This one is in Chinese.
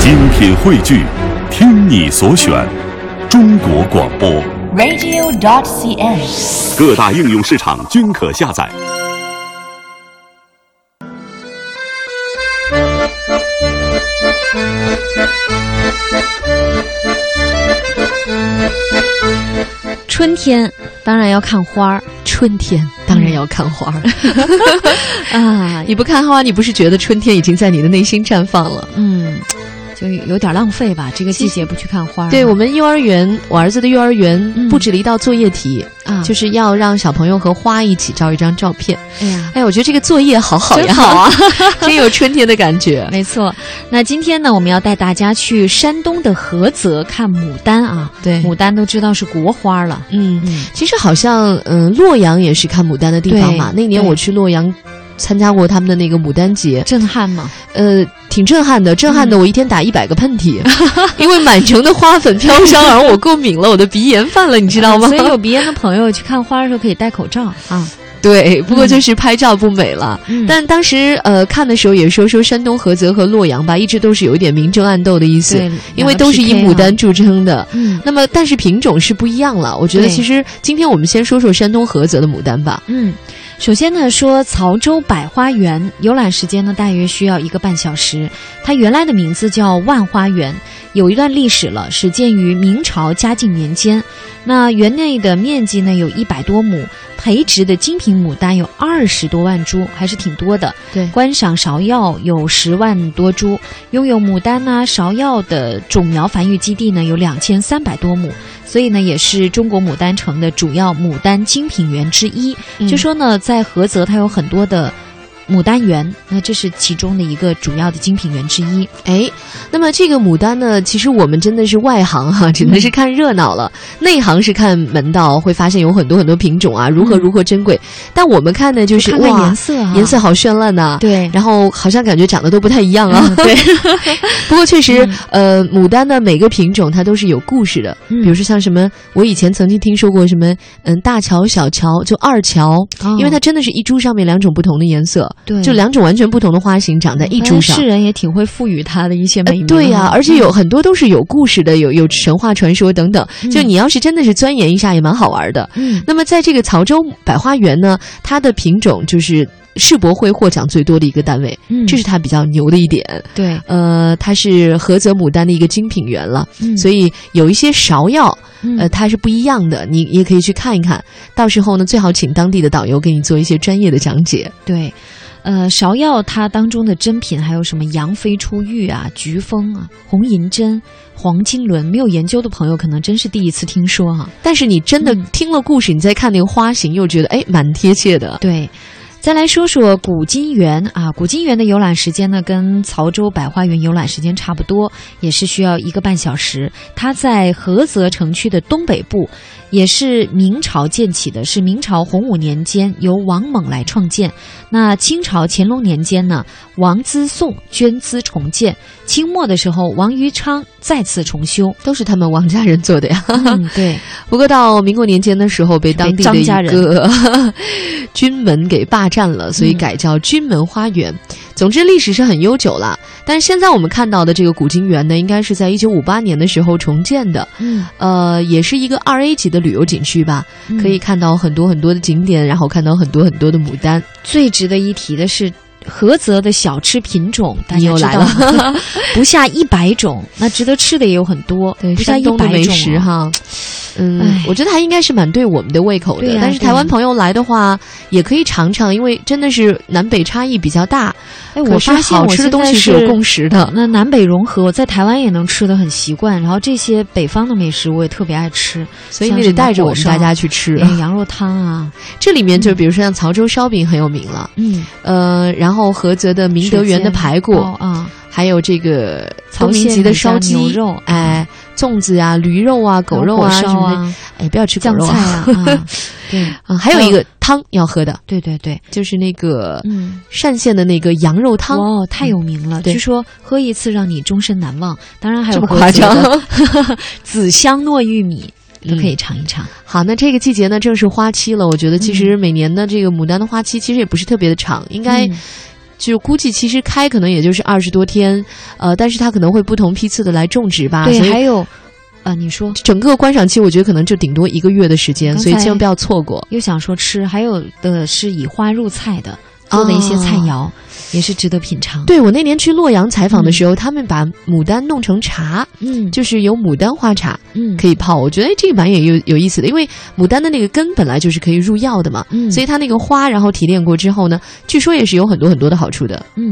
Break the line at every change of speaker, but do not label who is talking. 精品汇聚，听你所选，中国广播。
radio.cn。
各大应用市场均可下载。
春天当然要看花儿，
春天当然要看花儿，
啊，
你不看花，你不是觉得春天已经在你的内心绽放了？
嗯，就有点浪费吧。这个季节不去看花儿，
对我们幼儿园，我儿子的幼儿园
啊嗯
布置了一道作业题，
啊，
就是是要让小朋友和花一起照一张照片。
哎呀，
哎，我觉得这个作业好好呀，
真好啊，
真有春天的感 觉。
没错。那今天呢，我们要带大家去山东的菏泽看牡丹啊。
对
牡丹都知道是国花了，
嗯，
嗯，
其实好像嗯、呃洛阳也是看牡丹的地方嘛。
对
那年
对
我去洛阳。参加过他们的那个牡丹节，
震撼嘛。
呃，挺震撼的，震
嗯
撼的我一天打一百个 喷嚏，因为满城的花粉飘香，而我过敏了，我的鼻炎犯了，你知道吗？
啊所以有鼻炎的朋友去看花的时候可以戴口罩啊。
对，不过就是拍照不美了。
嗯
但当时呃看的时候也说说山东菏泽和洛阳吧，一直都是有一点明争暗斗的意思
对，，
因为都是以
两个
牡
PK 啊
丹。著称的。
嗯
那么，但是品种是不一样了。我觉得
对
其实今天我们先说说山东菏泽的牡丹吧。
嗯，首先呢，说曹州百花园游览时间呢，大约需要一个半小时。它原来的名字叫万花园，有一段历史了，始建于明朝嘉靖年间。那园内的面积呢有一百多亩，培植的精品牡丹有二十多万株，还是挺多的。
对
观赏芍药有十万多株，拥有牡丹呐、芍药的种苗繁育基地呢有两千三百多亩，所以呢也是中国牡丹城的主要牡丹精品园之一。
就
就说
说
呢，在菏泽它有很多的牡丹园，那这是其中的一个主要的精品园之一。
哎，那么这个牡丹呢，其实我们真的是外行哈、只
嗯
能是看热闹了；内行是看门道，会发现有很多很多品种啊，如何
嗯
如何珍贵。但我们看呢，就是
看看
哇
颜色啊，
颜色好绚烂呐、
对，
然后好像感觉长得都不太一样啊。
嗯对，
不过确实，呃，牡丹的每个品种它都是有故事的。
嗯
比如说像什么，我以前曾经听说过什么，嗯，大乔、小乔，就二乔，因为它真的是一株上面两种不同的颜色，
哦对哎
就两种完全不同的花型长在一株上
世。人也挺会赋予它的一些
呃
美名、
对呀、而且有
嗯
很多都是有故事的，有有神话传说等等。就
嗯
你要是真的是钻研一下，也蛮好玩的。
嗯
那么在这个曹州百花园呢，它的品种就是世博会获奖最多的一个单位，
嗯，
这是它比较牛的一点。
对，
呃，它是菏泽牡丹的一个精品园了，所
以
以有一些芍药，呃，
嗯
它是不一样的，你也可以去看一看。到时候呢，最好请当地的导游给你做一些专业的讲解。
对。呃，芍药它当中的珍品还有什么杨妃出浴啊、菊风啊、红银针、黄金轮，没有研究的朋友可能真是第一次听说啊。
但是你真的
嗯
听了故事，你再看那个花型，又觉得哎，蛮贴切的。
对，再来说说古今园啊，古今园的游览时间呢，跟曹州百花园游览时间差不多，也是需要一个半小时。它在菏泽城区的东北部，也是明朝建起的，是明朝洪武年间由王猛来创建。那清朝乾隆年间呢，王资颂捐资重建，清末的时候王于昌再次重修。
都是他们王家人做的呀。
嗯，对，
不过到民国年间的时候，被当地的
张
一
家
个 军门给霸占了，所以改叫军门花园。总之，历史是很悠久了。但是现在我们看到的这个古今园呢，应该是在一九五八年的时候重建的，
嗯，
呃，也是一个二 A 级的旅游景区吧， 可以看到很多很多的景点，然后看到很多很多的牡丹。
最值得一提的是，菏泽的小吃品种，大家
你又
知
来
道吗， 不下一百种，那值得吃的也有很多，不下
山
一
东的
百
美
种
食
啊。
哈。嗯
唉，
我觉得还应该是蛮对我们的胃口的。
对呀
但是
对呀
台湾朋友来的话，也可以尝尝，因为真的是南北差异比较大。
哎，
可
我
是
发现
好
我
吃的
现
东
在
西
是嗯
是有共识的。
那南北融合，我在台湾也能吃的很习惯，然后这些北方的美食我也特别爱吃，
所以
像
你
什
得
么
带着
火
我们
烧
大家去吃。
哎羊肉汤啊，
这里面就比如说像曹州烧饼很有名了，
嗯，
呃，然后菏泽的明德园的排骨，
哦啊，
还有这个
曹
东明集的烧
县
鸡
米家牛肉
哎，粽子啊、驴肉啊、狗肉啊
火
什
烧
么的，
啊，
哎，不要吃狗
酱
肉
菜
啊。
啊，啊 对嗯
啊， 还有一个汤要喝的，
对对对，
就是那个
嗯。
单县的那个羊肉汤。嗯
哇、哦，太有名了！
对
据说喝一次让你终身难忘。当然还有
这么
菏
夸
泽的
张 嗯
紫香糯玉米都可以尝一尝。
好，那这个季节呢，
嗯
正是花期了。我觉得其实每年的这个牡丹的花期其实也不是特别的长，应该
嗯
就估计其实开可能也就是二十多天，呃，但是它可能会不同批次的来种植吧，所
对，
以
还有，啊，你说
整个观赏期我觉得可能就顶多一个月的时间，
刚
所以
才嗯
千万不要错过。
又想说吃，还有的是以花入菜的，做的一些菜肴、也是值得品尝。，
啊对我那年去洛阳采访的时候，他们把牡丹弄成茶，
嗯，
就是有牡丹花茶
嗯
可以泡。我觉得哎这个蛮也有有意思的，因为牡丹的那个根本来就是可以入药的嘛，
嗯，
所以它那个花，然后提炼过之后呢，据说也是有很多很多的好处的。